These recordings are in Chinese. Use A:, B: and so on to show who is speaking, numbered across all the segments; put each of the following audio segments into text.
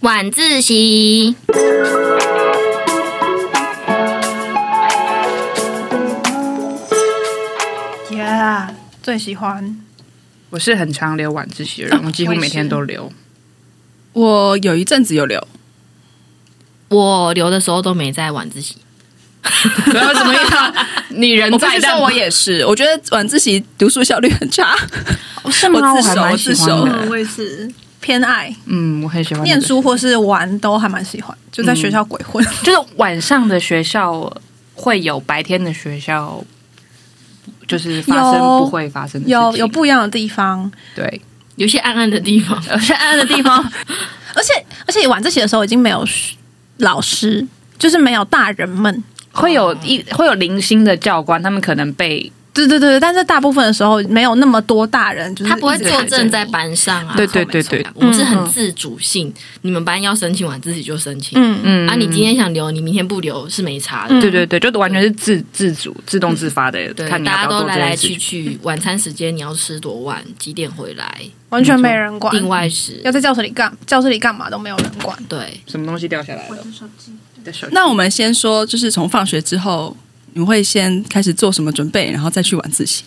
A: 晚自习。
B: Yeah，最喜欢
C: 我是很常留晚自习的人，我几乎
B: 我也
C: 每天
B: 是
C: 都 留。
D: 我有一阵子有留，
A: 我留的时候都没在晚自习，
C: 没有什么意思啊，你人
D: 我不
C: 在，
D: 是
C: 但
D: 说我也是，我觉得晚自习读书效率 很差。
C: 是
D: 吗
C: 我自
D: 我还
C: 首，
D: 蛮
C: 我自
D: 喜欢
C: 首。
D: 的
B: 嗯，我也是偏爱
C: 嗯，我很喜欢
B: 念
C: 这个，
B: 书或是玩，都还蛮喜欢，就在学校鬼混。
C: 就是晚上的学校会有白天的学校，就是发生
B: 有
C: 不会发生的事情
B: 有有不一样的地方，
C: 对，
A: 有些暗暗的地方。
B: 有些暗暗的地方，而且而且晚自习的时候已经没有老师，就是没有大人们。
C: 会有一会有零星的教官，他们可能被
B: 对对对对，但是大部分的时候没有那么多大人，就 是
A: 他不会
B: 一直
A: 坐正在班上啊，
C: 对对对
A: 没错
C: 对
A: 我们是很自主性，你们班要申请晚自习就申请，
B: 嗯
C: 嗯
A: 啊，你今天想留，你明天不留是没差的，
B: 嗯
C: 对对对，就完全是自自主、自动自发的，
A: 对，
C: 看你要
A: 大家
C: 不要
A: 都
C: 做这
A: 来来
C: 件事
A: 去
C: 情。
A: 去，晚餐时间你要吃多晚，几点回来，
B: 完全没人管，
A: 另外是
B: 要在教室里干，教室里干嘛都没有人管。
A: 对，
C: 什么东西掉下来了？你的手机。
D: 那我们先说，就是从放学之后，你们会先开始做什么准备，然后再去晚自习？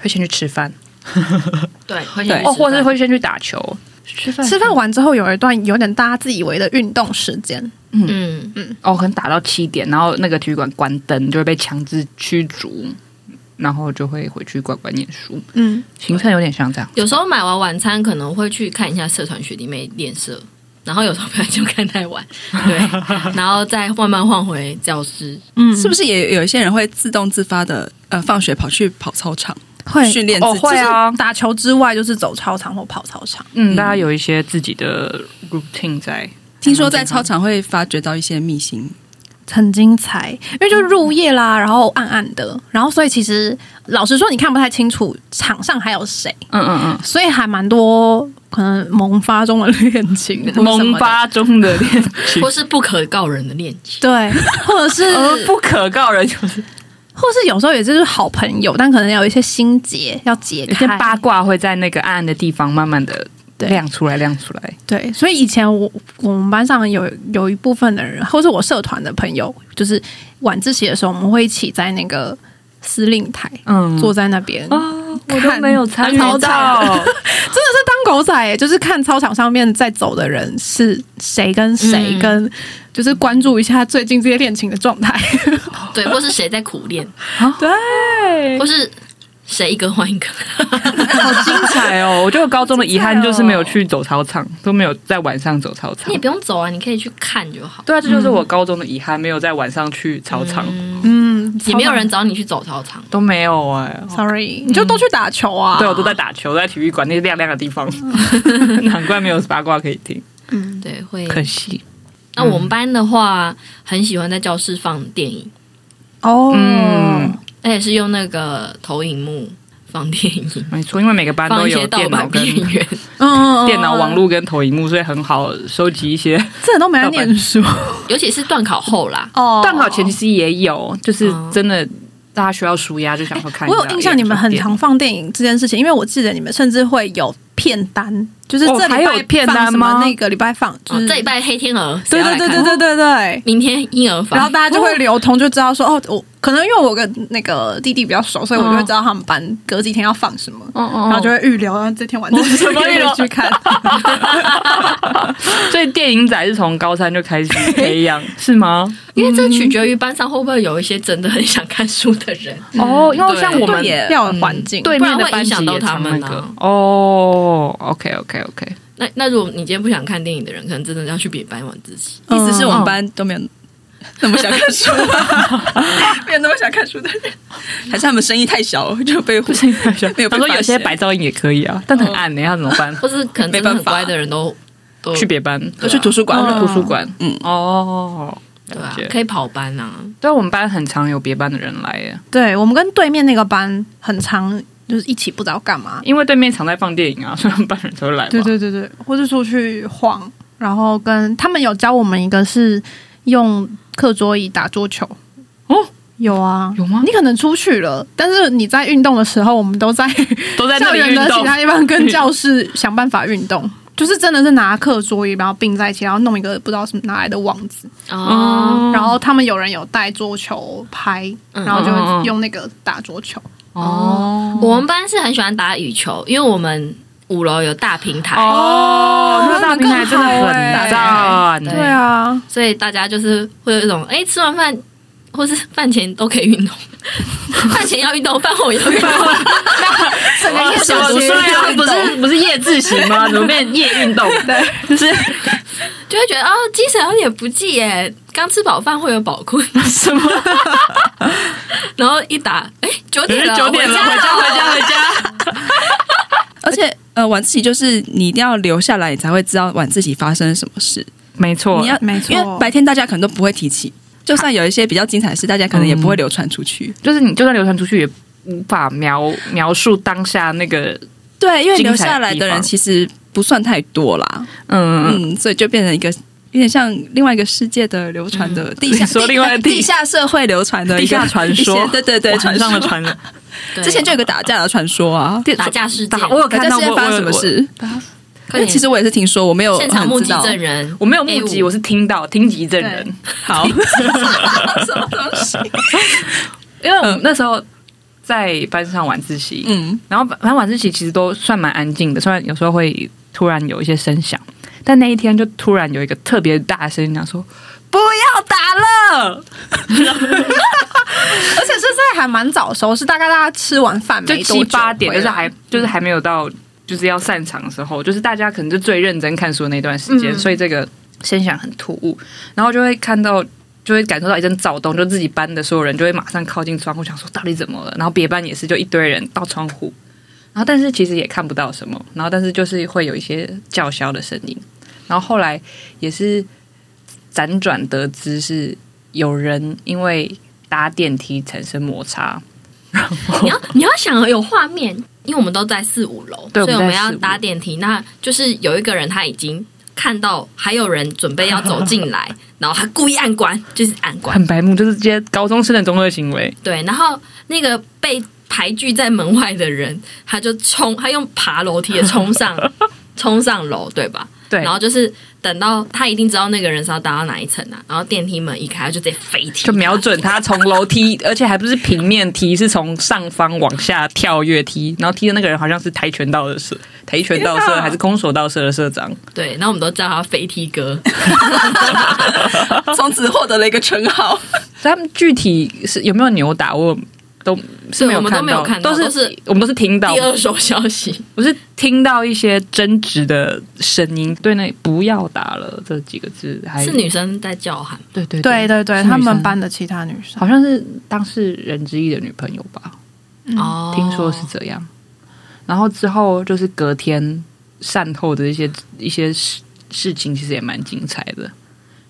C: 会先去吃饭
A: 对，会
D: 对
A: 先去
C: 哦，
A: 吃
C: 或
A: 饭
C: 者会先去打球。吃饭
B: 吃饭完之后有一段有点大家自以为的运动时间，
A: 嗯，
C: 哦，可能打到七点，然后那个体育馆关灯，就会被强制驱逐，然后就会回去乖乖念书。
B: 嗯，
C: 行程有点像这样，
A: 有时候买完晚餐可能会去看一下社团学弟妹练社，然后有时候不小心看太晚，对，然后再慢慢换回教室，
C: 嗯
D: 是不是也有一些人会自动自发的，呃，放学跑去跑操场
B: 会
D: 训练自己？
C: 哦会啊
B: 打球之外就是走操场或跑操场，
C: 嗯，大家有一些自己的 routine 在。
D: 听说在操场会发掘到一些秘辛，
B: 很精彩，因为就入夜啦，然后暗暗的，然后所以其实老实说你看不太清楚场上还有谁，
C: 嗯嗯
B: 所以还蛮多可能萌发中的恋情，
C: 嗯，萌，发中的恋情
A: 或，是不可告人的练习。
B: 对，或者是
C: 而呃不可告人，就是
B: 或是有时候也就是好朋友，但可能有一些心结要解
C: 有些
B: 开。
C: 八卦会在那个暗暗的地方慢慢的
B: 对
C: 亮出来，亮出来。
B: 对，所以以前我我们班上有有一部分的人，或是我社团的朋友，就是晚自习的时候，我们会一起在那个司令台、
C: 嗯
B: 坐在那边，
C: 啊，我都
B: 看
C: 没有参与
B: 当狗仔
C: 到。
B: 当狗仔、欸就是看操场上面在走的人是谁跟谁，
A: 嗯
B: 跟就是关注一下最近这些恋情的状态。
A: 对，或是谁在苦练，
B: 对
A: 或，是谁一个换一个，
C: 好精彩哦！我觉得高中的遗憾就是没有去走操场，都没有在晚上走操场
A: 你也。不用走啊，你可以去看就好，
C: 对啊，这就是我高中的遗憾，没有在晚上去操场，
B: 嗯，
A: 也没有人找你去走操场。
C: 都没有哎、
B: ，sorry，你就都去打球啊。
C: 对，我都在打球，在体育馆那些亮亮的地 方，难怪没有八卦可以听，
A: 对，会。
C: 可惜。
A: 那我们班的话，很喜欢在教室放电影，
B: 哦，
C: 嗯，
A: 而且是用那个投影幕放电影，
C: 没错，因为每个班都
A: 放一些
C: 有
A: 盗
C: 电脑
A: 版
C: 跟
A: 片 源。
B: 嗯嗯，嗯
C: 电脑、网，络跟投影幕，所以很好收集一些。
B: 这人都没在念书
A: 尤其是段考后啦，
B: 哦
C: 断考前期也有，就是
A: 哦
C: 真的大家需要舒压，就想说看一
B: 我
C: 下。
B: 有印象，你们很常放电影这件事情，因为我记得你们甚至会有片单，就是
C: 哦
B: 这礼
C: 还有
B: 拜
C: 片
B: 放
C: 单
B: 什么
C: 吗
B: 那个礼拜放，就
A: 哦
B: 是、
A: 这礼拜黑天鹅，
B: 嗯对对对对对对对。
A: 明天婴儿房，
B: 然后大家就会
C: 哦
B: 流通，就知道说哦，我可能因为我跟那个弟弟比较熟，所以我就会知道他们班隔几天要放什么，
C: 嗯嗯
B: 然后就会预留，然后这天晚上就可以去看。
C: 所以电影仔是从高三就开始培 养，是吗？
A: 因为这取决于班上会不会有一些真的很想看书的人，
B: 嗯
C: 哦，因为
A: 对
C: 像我们
B: 对耶要有环境，
C: 对
A: 不然
C: 面
A: 会
C: 的班
A: 影
C: 级
A: 响到
C: 也
A: 他
C: 常
A: 们
C: 那
A: 啊
C: 个哦，OK OK OK，
A: 那那如果你今天不想看电影的人，可能真的要去别班晚自习。
C: 嗯
D: 意思是我们班都没有那么想看书，
C: 哦
D: 没有那么想看书的人，还是他们声音太小就被
C: 不是啊太小，
D: 没有
C: 他
D: 被
C: 说
D: 发
C: 有些
D: 现
C: 白噪音也可以啊，但很暗，你要怎么办？
A: 或是可能真的很乖的人都都
C: 去别班，
A: 对啊
D: 去图书馆
B: 嗯
C: 图书馆，
D: 嗯
C: 哦，
A: 对
C: 了
A: 啊
C: 解，。
A: 可以跑班啊，
C: 对，我们班很常有别班的人来耶，
B: 对我们跟对面那个班很常就是一起不知道干嘛，
C: 因为对面常在放电影啊， 所以我们班人才会来嘛。
B: 对对对对，或是出去晃，然后跟他们有教我们一个是用课桌椅打桌球。
C: 哦，
B: 有啊，
C: 有吗
B: 你可能出去了，但是你在运动的时候，我们都在
C: 都在那
B: 校
C: 里
B: 园
C: 运
B: 的其
C: 动。嗯
B: 他地方跟教室想办法运动。就是真的是拿课桌椅，然后并在一起，然后弄一个不知道是哪来的网子，
A: 哦，
B: 然后他们有人有带桌球拍，
A: 嗯
B: 然后就
C: 嗯嗯嗯嗯
B: 会用那个打桌球。
C: 哦
A: 我们班是很喜欢打羽球，因为我们五楼有大平台，
C: 哦，那个大平台真的很赞，
A: 对
B: 对啊，
A: 所以大家就是会有一种哎，吃完饭或是饭前都可以运 动，饭前要运动，饭后也要运动，
B: 整个夜
C: 小
B: 小
C: 不
B: 学
C: 睡啊，不是不是夜自习吗？怎么变夜运动？对，就是
A: 就会觉得哦，精神有点不济耶，刚吃饱饭会有饱困，
C: 什么？
A: 然后一打哎九点了，
C: 九点了，回
A: 回
C: 家
A: 家
C: 回家回家。
D: 而且呃，晚自习就是你一定要留下来，你才会知道晚自习发生什么事。
C: 没错
D: 你要
B: 没错
D: 因为白天大家可能都不会提起，就算有一些比较精彩的事，大家可能也不会流传出去。
C: 就是你就算流传出去，也无法描描述当下那个，
D: 对，因为
C: 精彩
D: 留下来的
C: 地方
D: 人其实不算太多啦。
C: 嗯，
D: 嗯，所以就变成一个有点像另外一个世界的流传的地下，
C: 你说
D: 地
C: 另外地
D: 地下社会流传的一个
C: 地下传说
D: 一些对对对，
C: 船
D: 传
C: 上的
D: 说
C: 传，
A: 对
D: 之前就有个打架的传说啊，
A: 打架事件
C: 打，我有看到
D: 打架事
C: 过，
D: 件发生什么
C: 我有
D: 事？
A: 快
D: 因为
A: 点
D: 其实我也是听说，我没有
A: 现场
D: 很
A: 目
D: 知
A: 击
D: 道
A: 证人，
C: 我没有目击，
A: A5
C: 哎我是听到听及证人，
D: 好 什么东西？
C: 因为我们那时候在班上晚自习，
D: 嗯，
C: 然后反反正晚自习其实都算蛮安静的，虽然有时候会突然有一些声响，但那一天就突然有一个特别大的声音讲说不要打了，
B: 而且是在还蛮早的时候，是大概大家吃完饭
C: 就
B: 没多
C: 七
B: 久
C: 八点，
B: 回来嗯
C: 就是还就是还没有到就是要散场的时候，就是大家可能就最认真看书的那段时间，
A: 嗯
C: 所以这个声响很突兀，然后就会看到。就会感受到一阵躁动，就自己班的所有人就会马上靠近窗户，想说到底怎么了。然后别班也是，就一堆人到窗户，然后但是其实也看不到什么，然后但是就是会有一些叫嚣的声音。然后后来也是辗转得知是有人因为搭电梯产生摩擦，
A: 你要你要想有画面，因为我们都在四五楼，
C: 对
A: 所以
C: 我
A: 我
C: 们
A: 们
C: 在
A: 要
C: 四五
A: 搭电梯。那就是有一个人他已经看到还有人准备要走进 来，然后他故意按关，就是按关。
C: 很白目，就是这些高中生的中二行为。
A: 对，然后那个被排拒在门外的人，他就冲，他用爬楼梯也冲 上，冲上楼，对吧？
C: 对
A: 然后就是等到他一定知道那个人是要搭到哪一层啊，然后电梯门一开，他就直接飞踢
C: 就。瞄准他从楼梯， 而且还不是平面踢，是从上方往下跳跃踢，然后踢的那个人好像是跆拳道的社，跆拳道社还是空手道社的社长，
A: 对，然后我们都叫他飞踢哥。
D: 从此获得了一个称 号。
C: 所以他们具体是有没有扭打，我都是没有
A: 对我们都没有看到
C: 都
A: 都
C: 是
A: 是
C: 我们都是听到
A: 第，二手消息，
C: 我是听到一些争执的声音，对那不要打了这几个字，还
A: 是女生在叫喊。
C: 对对
B: 对对对，
C: 是女
B: 他
C: 生
B: 们班的其他女生，
C: 好像是当事人之一的女朋友吧，
A: 哦，
C: 嗯听说是这样。然后之后就是隔天善后的一些一些事事情，其实也蛮精彩的。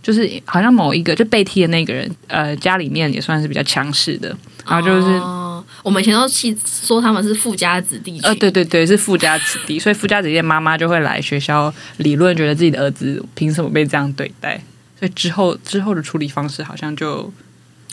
C: 就是好像某一个就被踢的那个人，呃，家里面也算是比较强势的，然后就是、
A: 哦、我们以前都戏说他们是富家子弟群，
C: 呃，对对对，是富家子 弟，所以富家子弟的妈妈就会来学校理论，觉得自己的儿子凭什么被这样对待。所以之后之后的处理方式好像就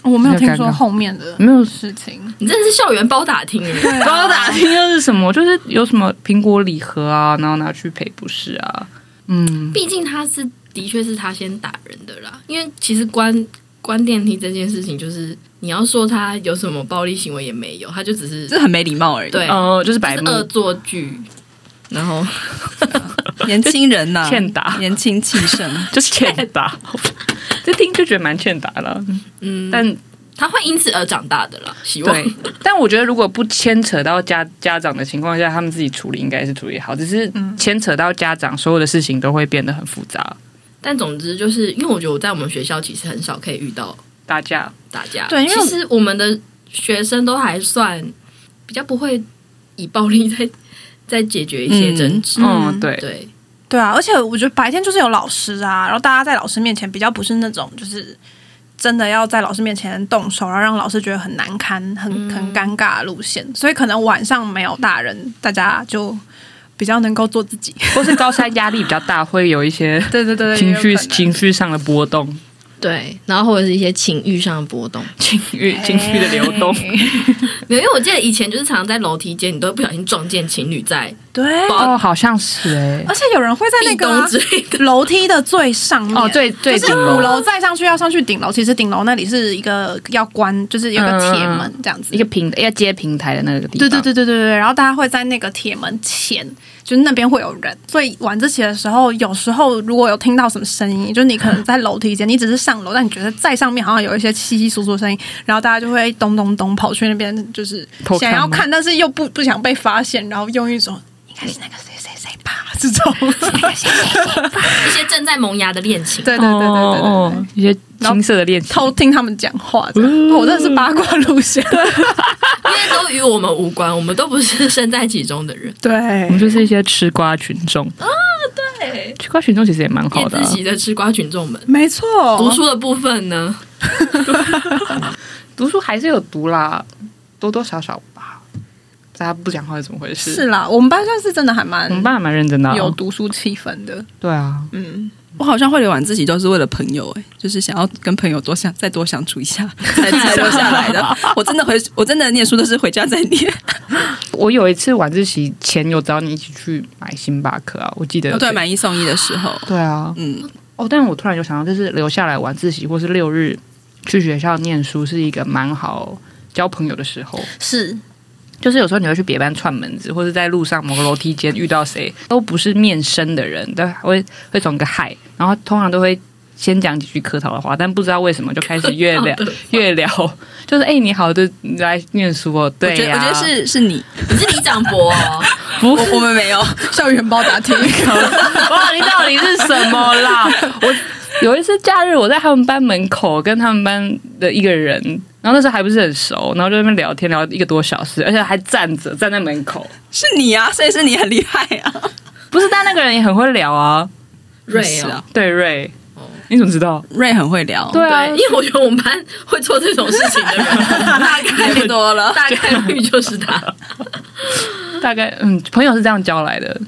B: 我没有听
C: 比较尴
B: 说
C: 尬嗯
B: 后面的
C: 没有
B: 事情。
A: 你真的是校园包打 听耶，欸
C: 高打听又是什么？就是有什么苹果礼盒啊，然后拿去赔不是啊，嗯，
A: 毕竟他是的确是他先打人的啦，因为其实关关电梯这件事情，就是你要说他有什么暴力行为也没有，他就只是
D: 这很没礼貌而已。
A: 对
C: 哦，就是白
A: 就是
C: 目，
A: 恶作剧，
D: 然后年轻人 呐、
C: 欠打
D: 年轻气盛，
C: 就是欠打。 这听就觉得蛮欠打了，
A: 嗯，
C: 但
A: 他会因此而长大的啦，希望
C: 对，但我觉得如果不牵扯到家家长的情况下，他们自己处理应该是处理好，只是
B: 嗯
C: 牵扯到家长，所有的事情都会变得很复杂。
A: 但总之就是因为我觉得我在我们学校其实很少可以遇到
C: 打架，
A: 打架，
B: 对因为
A: 其实我们的学生都还算比较不会以暴力在 在解决一些争执，
C: 嗯，
B: 嗯
C: 对，
A: 对，
B: 对啊，而且我觉得白天就是有老师啊，然后大家在老师面前比较不是那种就是真的要在老师面前动手，然后让老师觉得很难堪、很很尴尬的路线，所以可能晚上没有大人，大家就比较能够做自己。
C: 或是高三压力比较大，会有一些
B: 对对对对，
C: 情绪
B: 也有可能
C: 情绪上的波动，
A: 对，然后或者是一些情欲上的波 动。
C: 情绪
B: 哎
C: 情绪的流动。
A: 没有，因为我记得以前就是常常在楼梯间，你都会不小心撞见情侣在
B: 对，
C: 哦，好像是哎、
B: 而且有人会在那
A: 壁
B: 个
A: 咚
B: 啊
A: 之类的。
B: 楼梯的最上面，
C: 哦，最最
B: 就是
C: 顶
B: 五
C: 楼
B: 楼再上去要上去顶楼，其实顶楼那里是一个要关，就是有个铁门
C: 嗯
B: 这样子。
C: 一个平要接平台的那个地
B: 对
C: 方，
B: 对对对对对，然后大家会在那个铁门前，就是那边会有人，所以晚自习的时候，有时候如果有听到什么声音，就是你可能在楼梯间，你只是上楼，但你觉得在上面好像有一些稀稀疏疏的声音，然后大家就会咚咚咚跑去那边，就是
C: 偷看
B: 想
C: 吗
B: 要看，但是又不不想被发现，然后用一种应该是那个谁谁谁吧这 种，
A: 一些正在萌芽的恋情，
B: 对对对对
C: 哦
B: 对对对
C: 哦一些青涩的恋情，
B: 偷听他们讲话这样，我真的是八卦路线。
C: 嗯
A: 因为都与我们无关，我们都不是身在其中的人。
B: 对
C: 我们就是一些吃瓜群众，
A: 对，
C: 吃瓜群众其实也蛮好
A: 夜自
C: 的啊、
A: 习的吃瓜群众们，
B: 没错，
A: 读书的部分呢？
C: 读书还是有读啦，多多少少吧。大家不讲话是怎么回事？
B: 是啦，我们班算是真的还蛮
C: 我们班还蛮认真的、啊，
B: 有读书气氛的。
C: 对啊，
B: 嗯，
D: 我好像会留晚自习都是为了朋友、欸，就是想要跟朋友多相再多相处一 下，才才留下来 的。我真的回，我真的念书都是回家再念。
C: 我有一次晚自习前有找你一起去买星巴克啊，我记得有
D: 对，
C: 这个
D: 买一送一的时候，
C: 对啊，
D: 嗯，
C: 哦，但我突然就想到，就是留下来晚自习或是六日去学校念书是一个蛮好交朋友的时候。
B: 是
C: 就是有时候你会去别班串门子，或是在路上某个楼梯间遇到谁，都不是面生的人，但会会从个嗨，然后通常都会先讲几句客套的话，但不知道为什么就开始越 聊
A: 客套的话
C: 越聊，就是哎、你好，就你来念书哦，
D: 我
C: 对
D: 觉得
C: 呀、
D: 我觉得是是你，
A: 你是李长博、哦，
C: 不
D: 我我们 没有，
B: 校园包打 听，
C: 哇，你到底是什么啦？我有一次假日，我在他们班门口跟他们班的一个人，然后那时候还不是很熟，然后就在那边聊天聊一个多小时，而且还站着站在门口。
D: 是你啊，所以是你很厉害啊。
C: 不是，但那个人也很会聊啊，
A: 瑞
D: 是
A: 哦
D: 啊，，
C: 对瑞。你怎么知道？
D: 瑞很会聊，
C: 对啊
A: 对，因，为我觉得我们班会做这种事情的人，大概
D: 太多了。
A: 大概率就是他。
C: 大概嗯，朋友是这样交来的，